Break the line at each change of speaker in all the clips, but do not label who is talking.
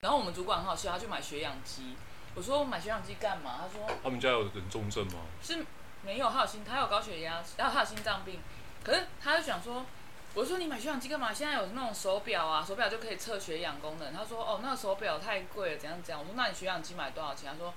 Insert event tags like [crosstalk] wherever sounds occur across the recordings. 然后我们主管很好笑，他去买血氧机。我说买血氧机干嘛？他说
他们家有人重症吗？
是没有，他有心，他有高血压，然后他有心脏病。可是他就想说，我说你买血氧机干嘛？现在有那种手表啊，手表就可以测血氧功能。他说哦，那个手表太贵了，怎样怎样。我说那你血氧机买多少钱？他说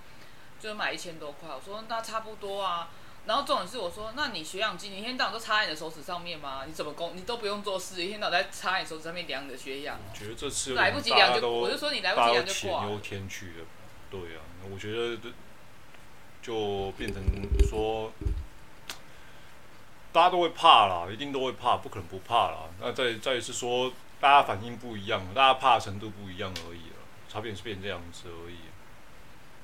就是买一千多块。我说那差不多啊。然后重点是我说，那你血氧机你一天到晚都插在你的手指上面吗？你怎么工你都不用做事，一天到晚在插你手指上面量你的血氧。
我觉得这次有点
来不及量
大家
就，
都
我就说你来不
大
及
家
量
都
就啊
杞
挂了
忧。天去了，对啊，我觉得这就变成说，大家都会怕啦，一定都会怕，不可能不怕啦。那再再一次说，大家反应不一样，大家怕的程度不一样而已了，差别是变这样子而已。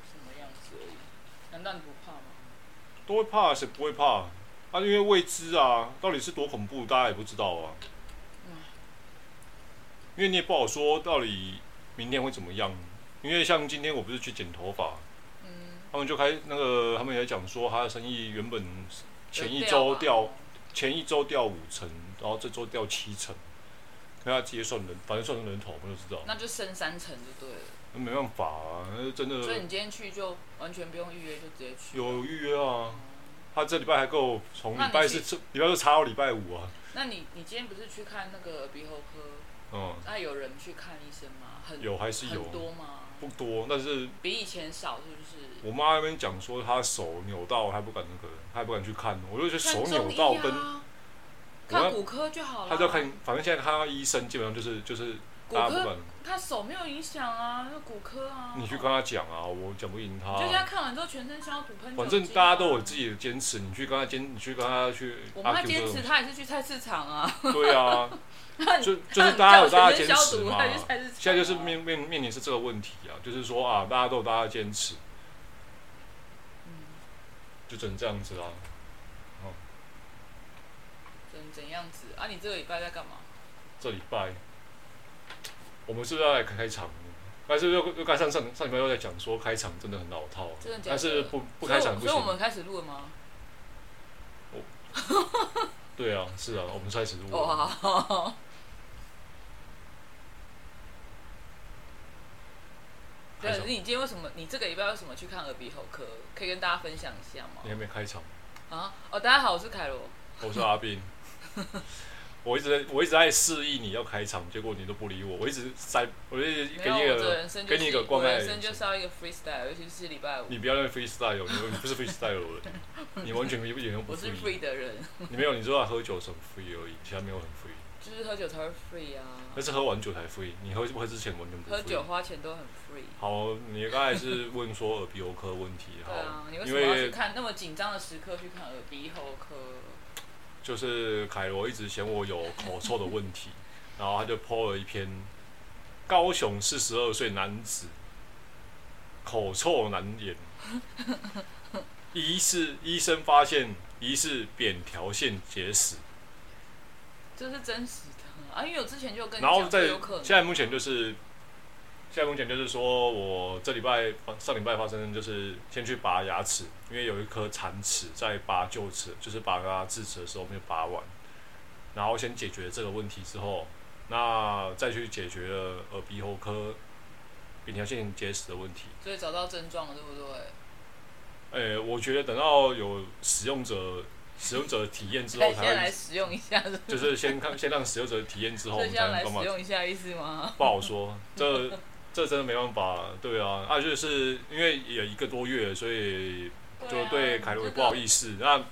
什么样子而已？难道你不怕吗？
都会怕，谁不会怕？啊，因为未知啊，到底是多恐怖，大家也不知道啊
嗯。
因为你也不好说到底明天会怎么样。因为像今天我不是去剪头发，
嗯，
他们就开那个，他们也讲说他的生意原本前一
有
周
吧
掉，前一周掉五成，然后这周掉七成，可是他直接算人，反正算人头我们就知道，
那就升三层就对了。
那没办法啊，那真
所以
的
你今天去就完全不用预约，就直接去。
有预约啊。他这礼拜还够从
那
礼
哦你
拜
去
四礼拜六查到礼拜五啊，
那你你今天不是去看那个鼻喉科？
嗯，
那有人去看医生吗？很
有还是有
很，多吗？
不多，但是
比以前少是不是？
我妈那边讲说她手扭到还不敢那个，她还不敢去看，我就觉得
看
手
中
扭
医
到
啊
跟我要
看骨科就好了。
她就要看，反正现在看到医生基本上就是就是啊
骨
大家不
科，
敢，
他手没有影响啊，那骨科啊。
你去跟她讲啊，我讲不赢她
你就叫他
啊，
看完之后全身消毒喷酒精啊。
反正大家都有自己的坚持，你去跟她坚，你去跟她去
我妈
argue 这
坚
种
持，，她也是去菜市场啊。[laughs]
对啊，就就
那
是
你
大家有
叫
大
全
家坚
身消
持
毒
嘛
还，是还是
现在就是面面面临是这个问题啊，就是说啊，大家都有大家的坚持，
嗯
就只能这样子啊。
怎怎样子啊？你这个礼拜在干嘛？
这礼拜，我们是不是要来开开场？但是又又刚上上上礼拜又在讲说开场真的很老套，
真的假的
但是不不开场不
所以我，所以我
行。
们开始录了吗？
对啊，是啊，我们开始录。
哦，好好好。[laughs]
开
对，
场
你今天为什么？你这个礼拜为什么去看耳鼻喉科？可以跟大家分享一下
你
吗？
还没开场，嗯
啊，哦，大家好，我是凯罗。
我是阿斌。 [laughs] 我一直在我一直在示意你要开场，结果你都不理我，我一直塞，我就一直
没
给
有，
你一
我的
个，
人生就
给
是
你一个
我
关爱
人
的
生
眼
就是
神。
要一个 freestyle，尤其是礼拜五，
你不要那 freestyle，你你不是 freestyle 的
[laughs]
人，你完全一点都不
我是
free，
free 的人，
你没有，你知道喝酒是很 free 而已，其他没有很 free，
就是喝酒才会 free 啊
但，是喝完酒才 free，你喝喝之前完全不 free。
喝酒花钱都很 free。
好，你刚才是问说耳鼻喉科问题，好，
对啊，你为什
因
么要去
为
看那么紧张的时刻去看耳鼻喉科？
就是凯罗一直嫌我有口臭的问题，然后他就 po 了一篇高雄四十二岁男子口臭难
[laughs]
言，疑似医生发现疑似扁条腺结石，
这是真实的啊，因为我之前就有跟你
然后
讲过
在
有可能，
现在目前就是，现在目前就是说我这礼拜上礼拜发生就是先去拔牙齿，因为有一颗残齿在拔臼齿，就是拔它智齿的时候没有拔完，然后先解决这个问题之后，那再去解决了耳鼻喉科扁条腺结石的问题。
所以找到症状了，对不对？
诶、我觉得等到有使用者使用者体验之
哎 [laughs]
后，
现在
才
来
会
使用一下，是不
就是是先看先让使用者体验之后，我
所以
们
现在
才能
来
帮忙
使用一下，意思吗？
不好说，这这真的没办法，对啊，啊，就是因为也一个多月，所以
啊
就对凯罗也不好
思。
意思。那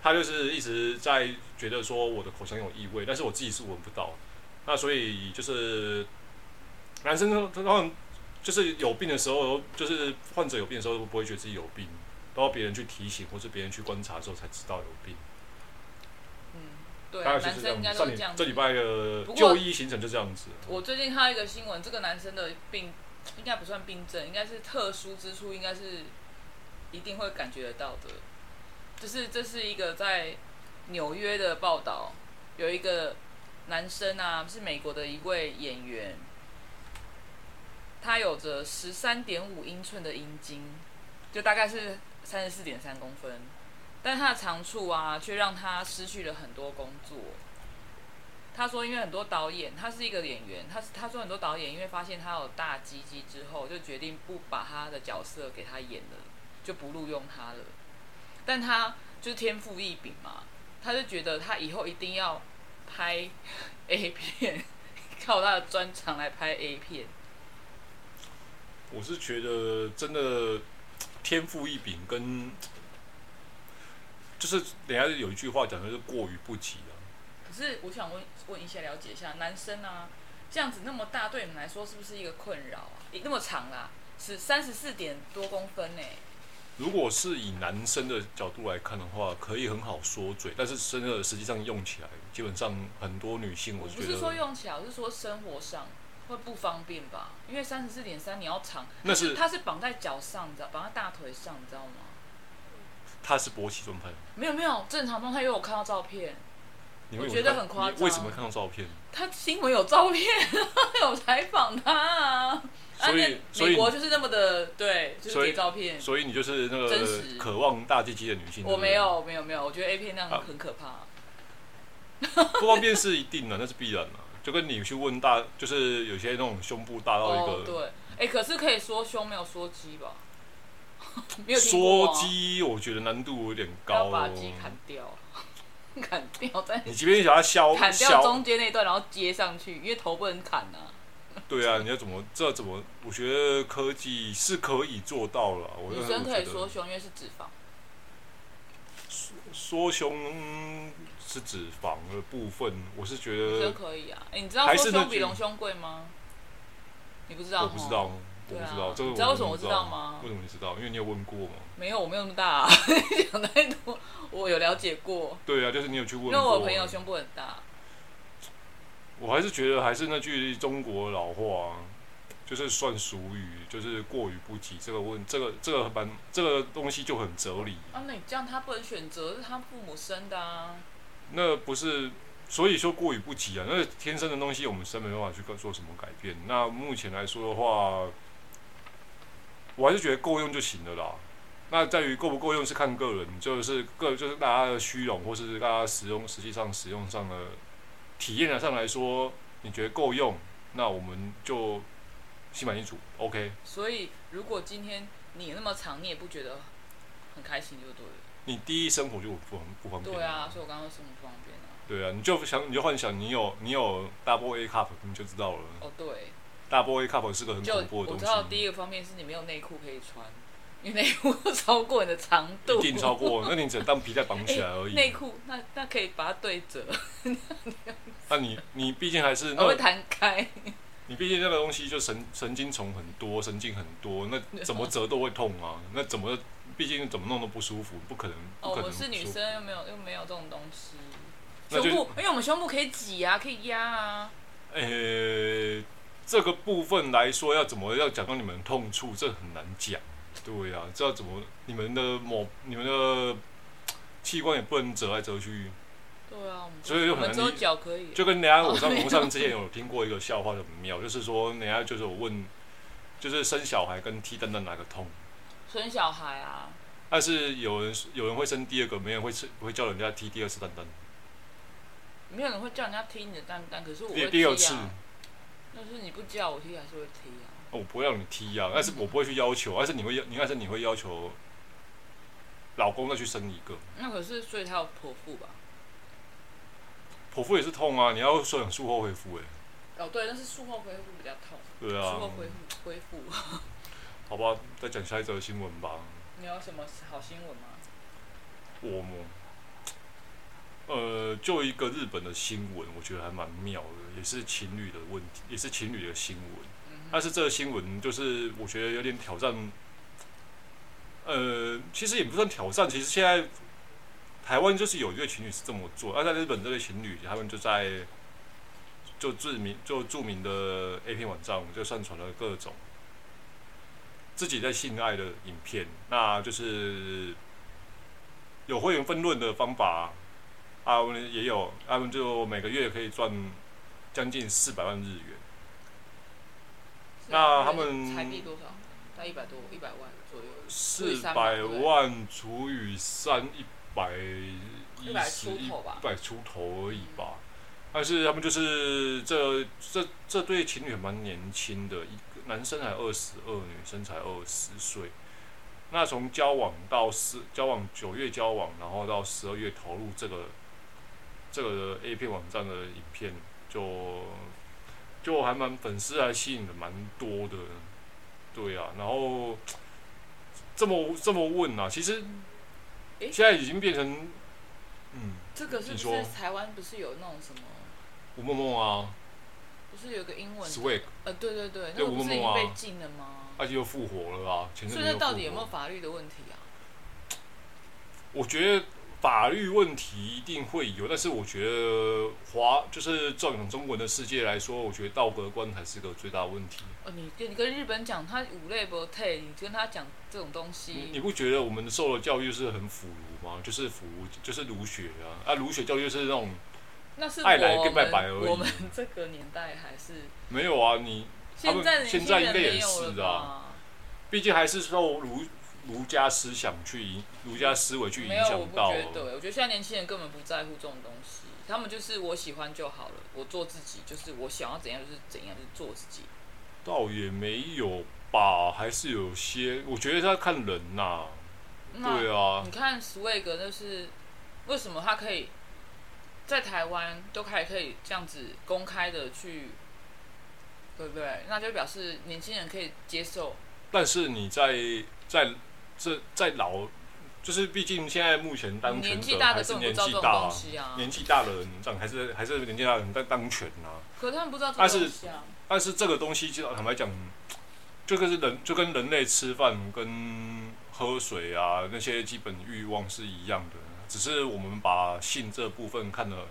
他就是一直在觉得说我的口腔有异味，但是我自己是闻不到。那所以就是男生通通常就是有病的时候，就是患者有病的时候都不会觉得自己有病，都要别人去提醒或者别人去观察之后才知道有病。
嗯，对
大
啊，
概
男
是
生
这
应
样
该都
子。上
是
礼
这样子。
这礼拜的
不过
就医行程就这样子。
我最近看到一个新闻，这个男生的病应该不算病症，应该是特殊之处，应该是一定会感觉得到的。就是这是一个在纽约的报道，有一个男生啊，是美国的一位演员，他有着十三点五英寸的阴茎，就大概是三十四点三公分，但他的长处啊，却让他失去了很多工作。他说，因为很多导演，他是一个演员，他是他说很多导演因为发现他有大鸡鸡之后，就决定不把他的角色给他演了，就不录用他了。但他就是天赋异禀嘛，他就觉得他以后一定要拍 [laughs] A 片， [laughs] 靠他的专长来拍 A 片。
我是觉得真的天赋异禀跟，就是人家有一句话讲的就是过于不及啊。
可是我想问问一下，了解一下男生啊，这样子那么大，对你们来说是不是一个困扰啊？诶那么长啦，是三十四点多公分呢、
如果是以男生的角度来看的话，可以很好说嘴，但是真的实际上用起来，基本上很多女性，
我
我
不
觉
是说
得
用起来，我是说生活上会不方便吧？因为三十四点三你要长，
那是
它是绑在脚上，你知道，绑在大腿上，你知道吗？
她是勃起状态。
没有没有，正常状态，因为我看到照片，
你为
我
什么
觉得
看
很夸
你为什
张啊
么看到照片？
他新闻有照片， [laughs] 有采访他啊。啊
所以
那
所
美
以
国就是那么的，对，就是
所以
给照片。
所以你就是那
真
个
实
渴望大鸡鸡的女性。对
我
不对
没，有，没有，没有，我觉得 A 片那样
啊
很可怕。
不方便是一定啊的，那是必然的。就跟你去问大，就是有些那种胸部大到一
哦，
个
对，哎、可是可以说胸没有说肌吧？ [laughs] 没有听过
缩
吗，
肌，我觉得难度有点
要
高
把
哦。
肌砍掉， [laughs] 砍掉再
你即便想要消
[laughs] 砍掉
消
中间那一段，然后接上去，因为头不能砍啊。
对啊，你要怎么这怎么？我觉得科技是可以做到了。我
女生可以
我觉得
缩胸，因为是脂肪。
缩胸是脂肪的部分，我是觉
女生
得
可以啊。哎、你知道
还
缩
是那
胸比
句
隆胸贵吗？你不知道？
我不知。道，我
对
不
啊
知道这个
你知道为什么
我
我
不
知道吗
为什么你知道？因为你有问过嘛。
没有，我没有那么大、啊， [laughs] 讲太多。我有了解过，
对啊，就是你有去问
因
过。
为我朋友胸部很大。啊
我还是觉得还是那句中国老话、啊，就是算俗语，就是过于不及。这个问这个这个蛮这个东西就很哲理。
啊，那你这样他不能选择，是他父母生的啊。
那不是，所以说过于不及啊。那天生的东西，我们真没办法去做什么改变。那目前来说的话，我还是觉得够用就行了啦。那在于够不够用是看个人，就是个就是大家的虚荣，或是大家使用实际上使用上的体验上来说，你觉得够用，那我们就心满意足，OK。
所以，如果今天你那么长，你也不觉得很开心就对了。
你第一生活就不方不方便，
对啊，所以我刚刚说很不方便啊。
对啊，你就想你就幻想你有你有 double A cup，你就知道了。
哦，对，
大波 A cup 是个很
就
恐怖
我
的东
知道
西，
第一个方面是你没有内裤可以穿，因为内裤 [laughs] 超过你的长度。
一定超过，那你只能当皮带绑起来
[laughs]
而已。
内裤那那可以把它对折，
那你你毕竟还是
它会
那，
弹开。
你毕竟那个东西就神神经丛很多，神经很
[laughs]
多，那怎么折都会痛啊，那怎么毕竟怎么弄都不舒服，不可能
哦，
不可
我
能
是女
舒服。
生，又没有又没有这种东西。
那
胸
就
部，因为我们胸部可以挤啊，可以压啊。
呃，哎这个部分来说，要怎么要讲到你们痛处，这很难讲。对啊，这要怎么你们的某你们的器官也不能折来折去，
对啊，我们
所以就
我
很
们
难
只有
理
脚可以。
就跟人家我
哦
上
没有
我上之前有听过一个笑话很妙，就是说人家就是我问，就是生小孩跟踢蛋蛋哪个痛？
生小孩啊，
但是有人有人会生第二个，没人会生会叫人家踢第二次蛋蛋，
没有人会叫人家踢你的蛋蛋，可是我
第
会
第二
踢
次
啊。但是你不叫我踢，还是会踢啊。
我不会让你踢啊，但是我不会去要求，但是你会要，你但是你会要求老公再去生一个，
那可是，所以他有剖腹吧？
剖腹也是痛啊，你要说术后恢复哎、
哦，对，但是术后恢复比较痛，
对
术
啊
后，恢复恢复。
好吧，再讲下一则新闻吧，
你有什么好新闻吗？
我们。呃，就一个日本的新闻，我觉得还蛮妙的，也是情侣的问题，也是情侣的新闻。
嗯哼，
但是这个新闻就是我觉得有点挑战，呃，其实也不算挑战，其实现在台湾就是有一对情侣是这么做，那在日本这对情侣他们就在就著名就著名的 A 片网站就上传了各种自己在性爱的影片，那就是有会员分论的方法。啊，我们也有，他们就每个月可以赚将近四百万日元。
是
那他
个
们
台币多少？在一百多，一百万左右，
四百万除以三，一百一
100
十
出头吧
一百出头而已吧。但是他们就是这这这对情侣蛮年轻的，一个男生才二十二，女生才二十岁。那从交往到十交往九月交往，然后到十二月投入这个这个 A 片网站的影片，就就还蛮粉丝还吸引的蛮多的，对啊。然后这么这么问啊，其实
诶
现在已经变成嗯，
这个是不
你说
是台湾不是有那种什么？
吴梦梦啊
不是有个英文的
，Swag，
呃，对对对，那
对
个不
吴
是
孟
已
啊
经被禁了吗？
而且又复活了啊，前阵
所以
子
那
又
到底有
复
没
活
有法律的问题啊？
我觉得法律问题一定会有，但是我觉得华就是照讲中文的世界来说，我觉得道德观才是个最大问题。
哦，你跟你跟日本讲他五类不 take，你跟他讲这种东
你你
西，
不觉得我们受的教育是很腐儒吗？就是腐儒，就是儒学啊，啊，儒学教育就是那种
那是我
爱来跟拜拜而
们
已
我们这个年代还是
没有啊，你他们
现在的
现
年轻
在应
人
该
没
也
有了
是
吧
啊，？毕竟还是受儒儒家思想去影，儒家思维去影
没有，
响
我不
到啊
觉
了。
得。我觉得现在年轻人根本不在乎这种东西，他们就是我喜欢就好了，我做自己，就是我想要怎样就是怎样，就是做自己。
倒也没有吧，还是有些，我觉得是要看人呐、
那
对啊，
你看 Swag 就是为什么他可以在台湾都还可以这样子公开的去，对不对？那就表示年轻人可以接受。
但是你在在这在老，就是毕竟现在目前当权
年纪
者
大
还
的
是
根本
年
不知道
纪
这种
大
东
啊，
西啊，
年纪大的人这样还是还是年纪大的人在当权啊。
可是他们不知道这
但
种
是
东西啊。
但是这个东西，就坦白讲，就跟是人就跟人类吃饭跟喝水啊那些基本欲望是一样的，只是我们把性这部分看得，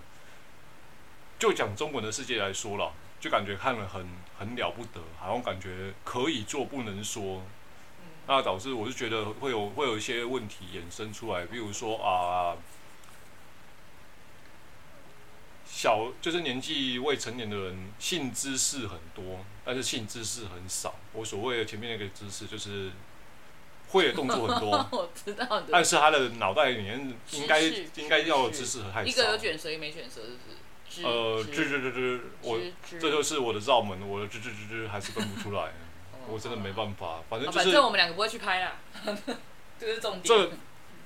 就讲中文的世界来说了，就感觉看了很很了不得，好像感觉可以做不能说。
嗯
那导致我是觉得会有会有一些问题衍生出来，比如说啊，小就是年纪未成年的人，性知识很多，但是性知识很少。我所谓的前面那个知识就是会的动
[laughs]
作很多，
我知道你的
但是他的脑袋里面应该
知识
应该要的知识太
一
少
个。有卷舌，一个没卷舌，是不是？知
呃，
知
这这这这，我
知知
这就是我的绕门，我的吱吱吱吱还是分不出来，
哦
我真的没
好
办法。反正
啦啊
就
哦反
是
正我们两个不会去拍啦， [laughs] 这个是重点。
这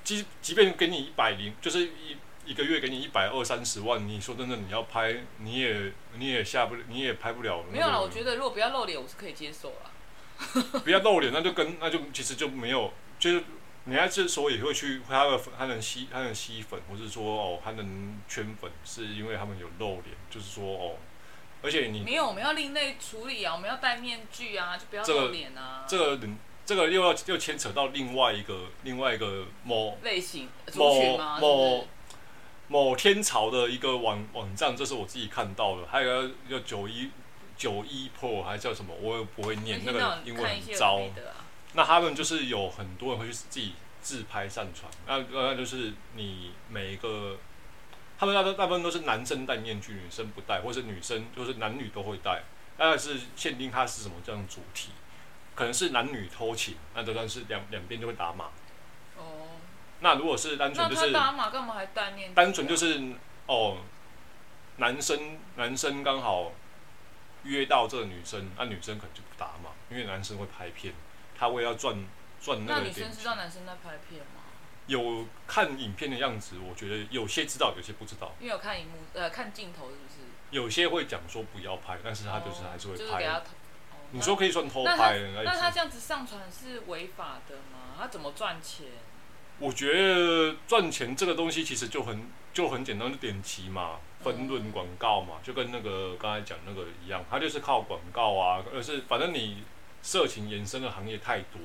即即便给你一百零，就是一一个月给你一百二三十万，你说真的你要拍，你也你也下不，你也拍不了、那
没有啦，我
得
觉得如果不要露脸，我是可以接受啦。
不要露脸，那就跟那就其实就没有，就是人家之所以会去他的他能吸他能吸粉，或是说哦他能圈粉，是因为他们有露脸，就是说哦，而且你
没有，我们要另类处理啊，我们要戴面具啊，就不要
这个
露脸啊。
这个人这个又要又牵扯到另外一个另外一个某
类型呃族群
某
吗？
某某天朝的一个网网站，这是我自己看到的，还有一个叫九一九一 Pro 还叫什么，我也不会
是
念，
不
那
是
个
那
英
天
文
看一
很
些
糟
有。的没的啊。
那他们就是有很多人会去自己自拍上传，那那就是你每一个，他们大大部分都是男生戴面具，女生不戴，或是女生就是男女都会戴，但是限定它是什么这样主题，可能是男女偷情，那这段是两两边就会打码。
哦，
那如果是单纯
那
就是
他打码干嘛还戴面具啊？
单纯就是哦，男生男生刚好约到这个女生，那、女生可能就不打嘛，因为男生会拍片，他为了要赚赚
那
个
女
点
生。知道男生在拍片吗？
有看影片的样子，我觉得有些知道，有些不知道，
因为有看荧幕，呃，看镜头是不是？
有些会讲说不要拍，但是他就是还是会
就是
拍。
给他投。哦
你说可以算偷
那
拍？
那他
也
那
是
他这样子上传是违法的吗？他怎么赚钱？
我觉得赚钱这个东西其实就很就很简单，就点击嘛，分论广告嘛，就跟那个刚才讲那个一样，它就是靠广告啊，而是反正你色情延伸的行业太多，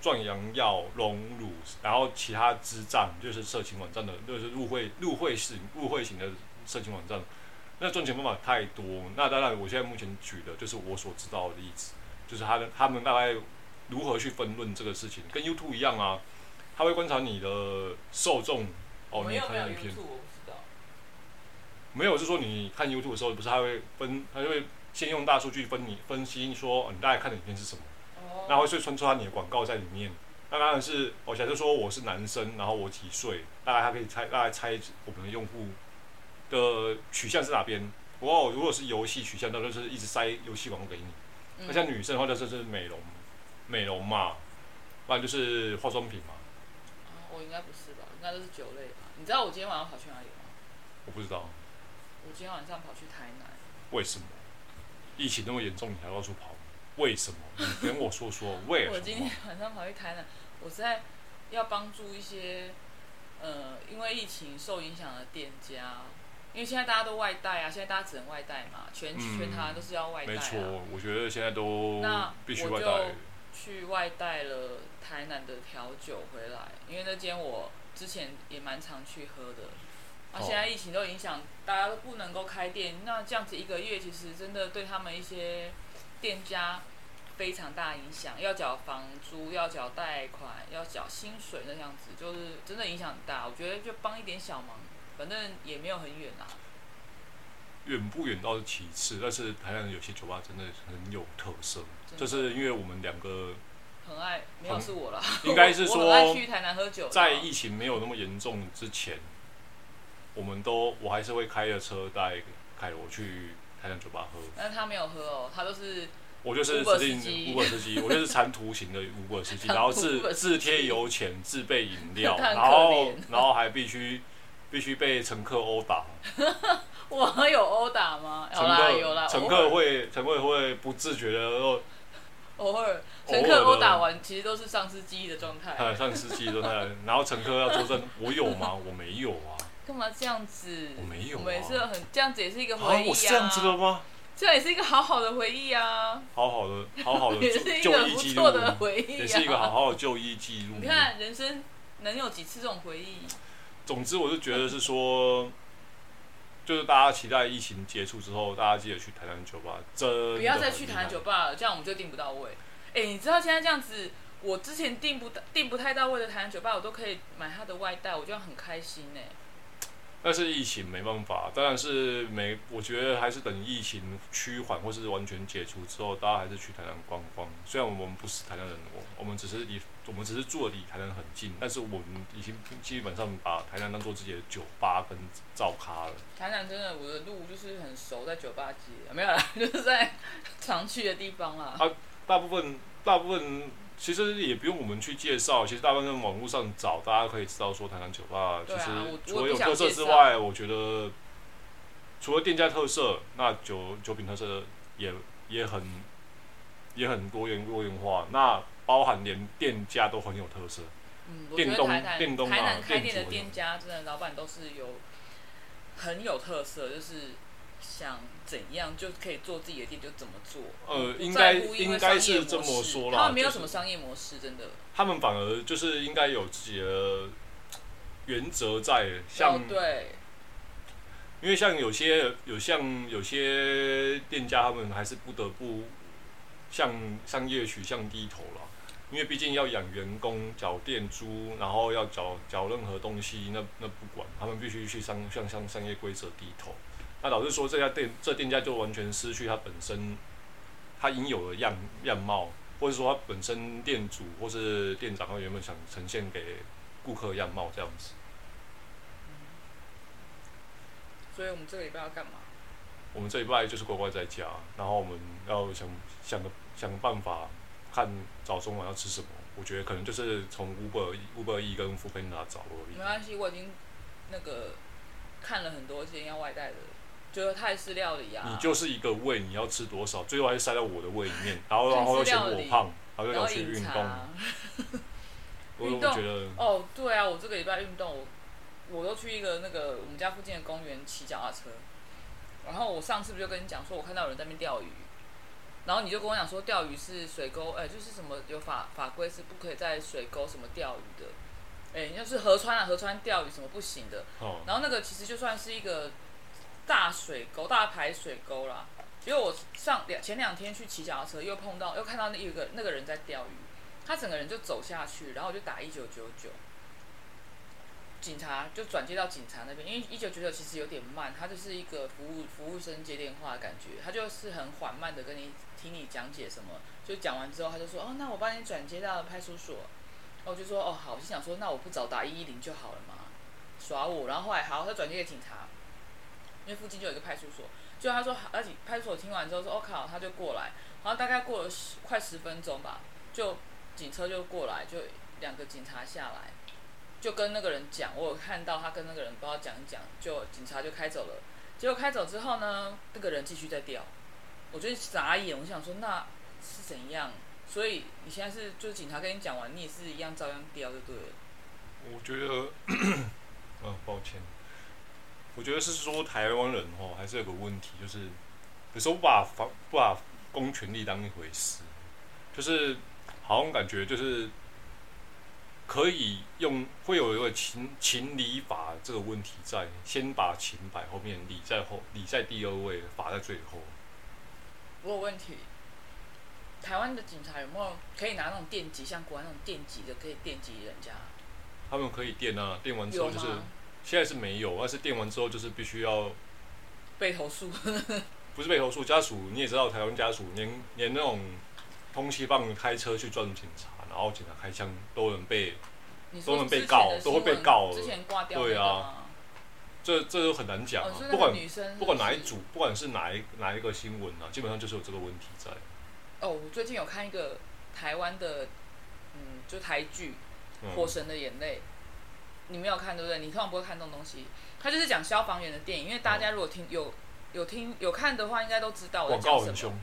壮阳药、隆乳，然后其他支站就是色情网站的，就是入会入会型入会型的色情网站，那赚钱方法太多。那当然，我现在目前举的就是我所知道的例子，就是他的他们大概如何去分论这个事情，跟 YouTube 一样啊，他会观察你的受众。
我
哦，
们
你
又没有
看影片
YouTube，我不知道。
没有？是说你看 YouTube 的时候，不是他会分，他就会先用大数据分你分析说、哦你大概看的影片是什么。
哦
然后会穿插你的广告在里面。那当然是，哦我假设说我是男生，然后我几岁，大概他可以猜，大概猜我们的用户的取向是哪边。不过如果是游戏取向，那就是一直塞游戏广告给你。
嗯
那像女生的话，那就是美容，美容嘛，不然就是化妆品嘛。
啊我应该不是吧？应该都是酒类吧？你知道我今天晚上跑去哪里吗？
我不知道
我今天晚上跑去台南。
为什么疫情那么严重，你还到处跑？为什么？你跟我说说为
我
啊什
今
么
天？晚上跑去台南，我是在要帮助一些呃因为疫情受影响的店家，因为现在大家都外带啊，现在大家只能外带嘛，全、
嗯
全台湾都是要外带
没错
啊，，
我觉得现在都
那
必须
我
外
就
带。
去外带了台南的调酒回来，因为那间我之前也蛮常去喝的。啊，
哦
现在疫情都影响，大家都不能够开店，那这样子一个月，其实真的对他们一些店家非常大影响，要缴房租，要缴贷款，要缴薪水，那样子就是真的影响很大。我觉得就帮一点小忙，反正也没有很远啊啦。
远不远倒是其次，但是台南有些酒吧真的很有特色，
真的
就是因为我们两个
很爱，没有
很
是我啦，
应该是
我我很爱
说，
去台南喝酒啦，
在疫情没有那么严重之前，我们都我还是会开着车带凯罗去台南酒吧喝。
但是他没有喝哦，他都是
我就是
，Uber
指定
司机
Uber 司机，我就是长途型的 Uber 司
[laughs]
机，然后
长途 Uber
自自贴油钱，自备饮料，
[laughs] 他很可
然后
怜
然后还必须必须被乘客殴打，
我有殴打吗？
[laughs]
有
乘
啦有
客
啦，
乘
偶
客
尔
会乘客会不自觉的哦，
偶尔
偶尔
乘客殴打完，其实都是丧失记忆的状态。
呃，上司机都在，然后乘客要作证，我有吗？我没有啊，
干嘛这样子？
我没有啊
我们也是很这样子，也是一个
啊
回，忆
我是这样子的吗？
这样也是一个好好的回忆啊，
好好的，好好的
也是一
就
个
医
不
记
错的
录，
回忆啊。
也嗯是一个好好的就医记录。
你看人生能有几次这种回忆？
总之，我就觉得是说，就是大家期待疫情结束之后，大家记得去台南酒吧，真的
不要再去
很厉
台
害
南酒吧了，这样我们就订不到位。哎、你知道现在这样子，我之前订不到订不太到位的台南酒吧，我都可以买它的外带，我就很开心哎、
但是疫情没办法，当然是没，我觉得还是等疫情趋缓或是完全解除之后，大家还是去台南逛逛。虽然我们不是台南人，我我们只是离我们只是住的离台南很近，但是我们已经基本上把台南当做自己的酒吧跟照咖了。
台南真的，我的路就是很熟，在酒吧街，没有啦， [laughs] 就是在常去的地方啦。
大部分大部分其实也不用我们去介绍，其实大部分网络上找，大家可以知道说台南酒吧其
对啊
实
我
除
我
了
也
有
不想
特色之外，我觉得除了店家特色，那酒酒品特色也也很也很多元多元化，那包含连店家都很有特色。
嗯，我觉得
电动
台南
电动啊
台南开店
电
的
阻的
店家，真的老板都是有很有特色，就是想怎样就可以做自己的店就怎么做。
呃，
不嗯
应
在
该
乎因为
应该是这
商业模
么
式
说啦，
他们没有
就是
什么商业模式，真的。
他们反而就是应该有自己的原则在，像、
哦对，
因为像有些有像有些店家，他们还是不得不向商业取向低头了，因为毕竟要养员工、缴店租，然后要缴缴任何东西，那那不管，他们必须去商向向商业规则低头。那老实说，这家店这店家就完全失去它本身它应有的样样貌，或者说它本身店主或是店长他原本想呈现给顾客的样貌这样子。
所以我们这个礼拜要干嘛？
我们这一拜就是乖乖在家，然后我们要想想个想个办法，看早中晚要吃什么。我觉得可能就是从 Uber Uber E 跟 f o o p a n d a 找而
没
已。
关系，我已经那个看了很多间要外带的，就是泰式料理啊，
你就是一个胃，你要吃多少，最后还是塞到我的胃里面，然后
就是
然后又嫌
料
我
理
胖，然后又
然
要
后
去
饮
运
茶
动，
啊。
我
运
我
动
觉得
哦，对啊，我这个礼拜运动，我我都去一个那个我们家附近的公园骑脚踏车。然后我上次不就跟你讲说，我看到有人在那边钓鱼，然后你就跟我讲说，钓鱼是水沟，哎，就是什么有法法规是不可以在水沟什么钓鱼的，哎，就是河川啊，河川钓鱼什么不行的。
哦，
然后那个其实就算是一个大水沟、大排水沟啦。因为我上两前两天去骑脚踏车，又碰到又看到那有一个那个人在钓鱼，他整个人就走下去，然后我就打一九九九，警察就转接到警察那边，因为一九九九其实有点慢，它就是一个服务服务生接电话的感觉，他就是很缓慢的跟你听你讲解什么，就讲完之后他就说哦，那我帮你转接到派出所，然后我就说哦好，我就想说那我不早打一一零就好了嘛，耍我，然后后来好，他转接给警察，因为附近就有一个派出所。就他说，而且派出所听完之后说，我、哦靠，他就过来，然后大概过了十快十分钟吧，就警车就过来，就两个警察下来，就跟那个人讲，我有看到他跟那个人不知道讲一讲，就警察就开走了。结果开走之后呢，那个人继续在掉，我就傻眼，我想说那是怎样？所以你现在是就是警察跟你讲完，你也是一样照样掉就对了。
我觉得， [coughs] 呃，抱歉，我觉得是说台湾人哦，还是有个问题，就是有时候不把法不把公权力当一回事，就是好像感觉就是可以用会有一个情情理法这个问题在，先把情摆后面，理在后理在第二位，法在最后。
我有问题，台湾的警察有没有可以拿那种电击，像国外那种电击的，可以电击人家？
他们可以电啊，电完之
有
后就是
吗？
现在是没有，但是电完之后就是必须要
被投
[laughs]
诉，
不是被投诉，家属你也知道，台湾家属连连那种通缉犯开车去撞警察，然后警察开枪都能被，
你说
都能被
之前
告
的
都会被
新闻
告了
之前挂掉
对
那个
啊
吗，
这这都很难讲
哦
啊
你说。
不
那个
管
女生是
不管哪一
是
组，不管是哪一哪一个新闻啊，基本上就是有这个问题在。
哦，我最近有看一个台湾的，嗯，就台剧《火
嗯，
神的眼泪》，你没有看对不对？你通常不会看这种东西。它就是讲消防员的电影，因为大
嗯
家如果听有有听有看的话，应该都知道我在
广告
讲
很
什
凶
么。，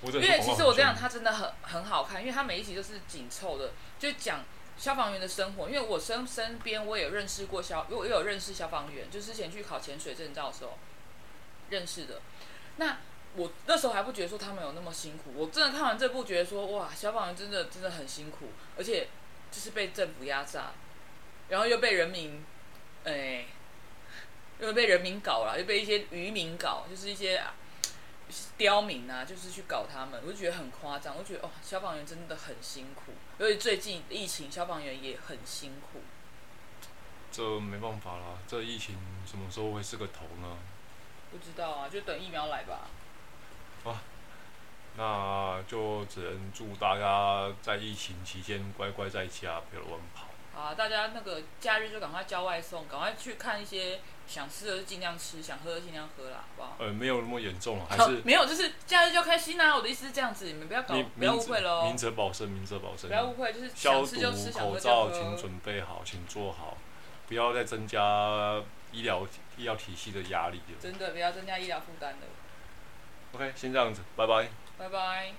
我
因
真的
为
是广告
其
很凶。
实我这样，它真的很很好看，因为它每一集就是紧凑的，就讲消防员的生活。因为我身身边我也认识过消，我也有认识消防员，就之前去考潜水证照的时候认识的。那我那时候还不觉得说他们有那么辛苦，我真的看完这部觉得说哇，消防员真的真的很辛苦，而且就是被政府压榨，然后又被人民，哎、又被人民搞了，又被一些渔民搞，就是一些啊刁民啊，就是去搞他们，我就觉得很夸张，我就觉得哦，消防员真的很辛苦，尤其最近疫情，消防员也很辛苦。
这没办法啦，这疫情什么时候会是个头呢？
不知道啊，就等疫苗来吧。
那就只能祝大家在疫情期间乖乖在家，不要乱跑。
好啊，大家那个假日就赶快叫外送，赶快去看一些想吃的就尽量吃，想喝的尽量喝啦，好不好？
呃，没有那么严重了，还
好
是
没有，就是假日就开心啊！我的意思是这样子，你们不要搞
你，
哦不要误会喽
明，哲保身，明哲保身。
不要误会，就是
啊消
想吃就
毒
吃，想
口
喝
罩
就
请
喝。
准备好，请做好，不要再增加医疗医疗体系的压力了。
真的不要增加医疗负担了，
OK，先这样子，拜拜。
拜拜。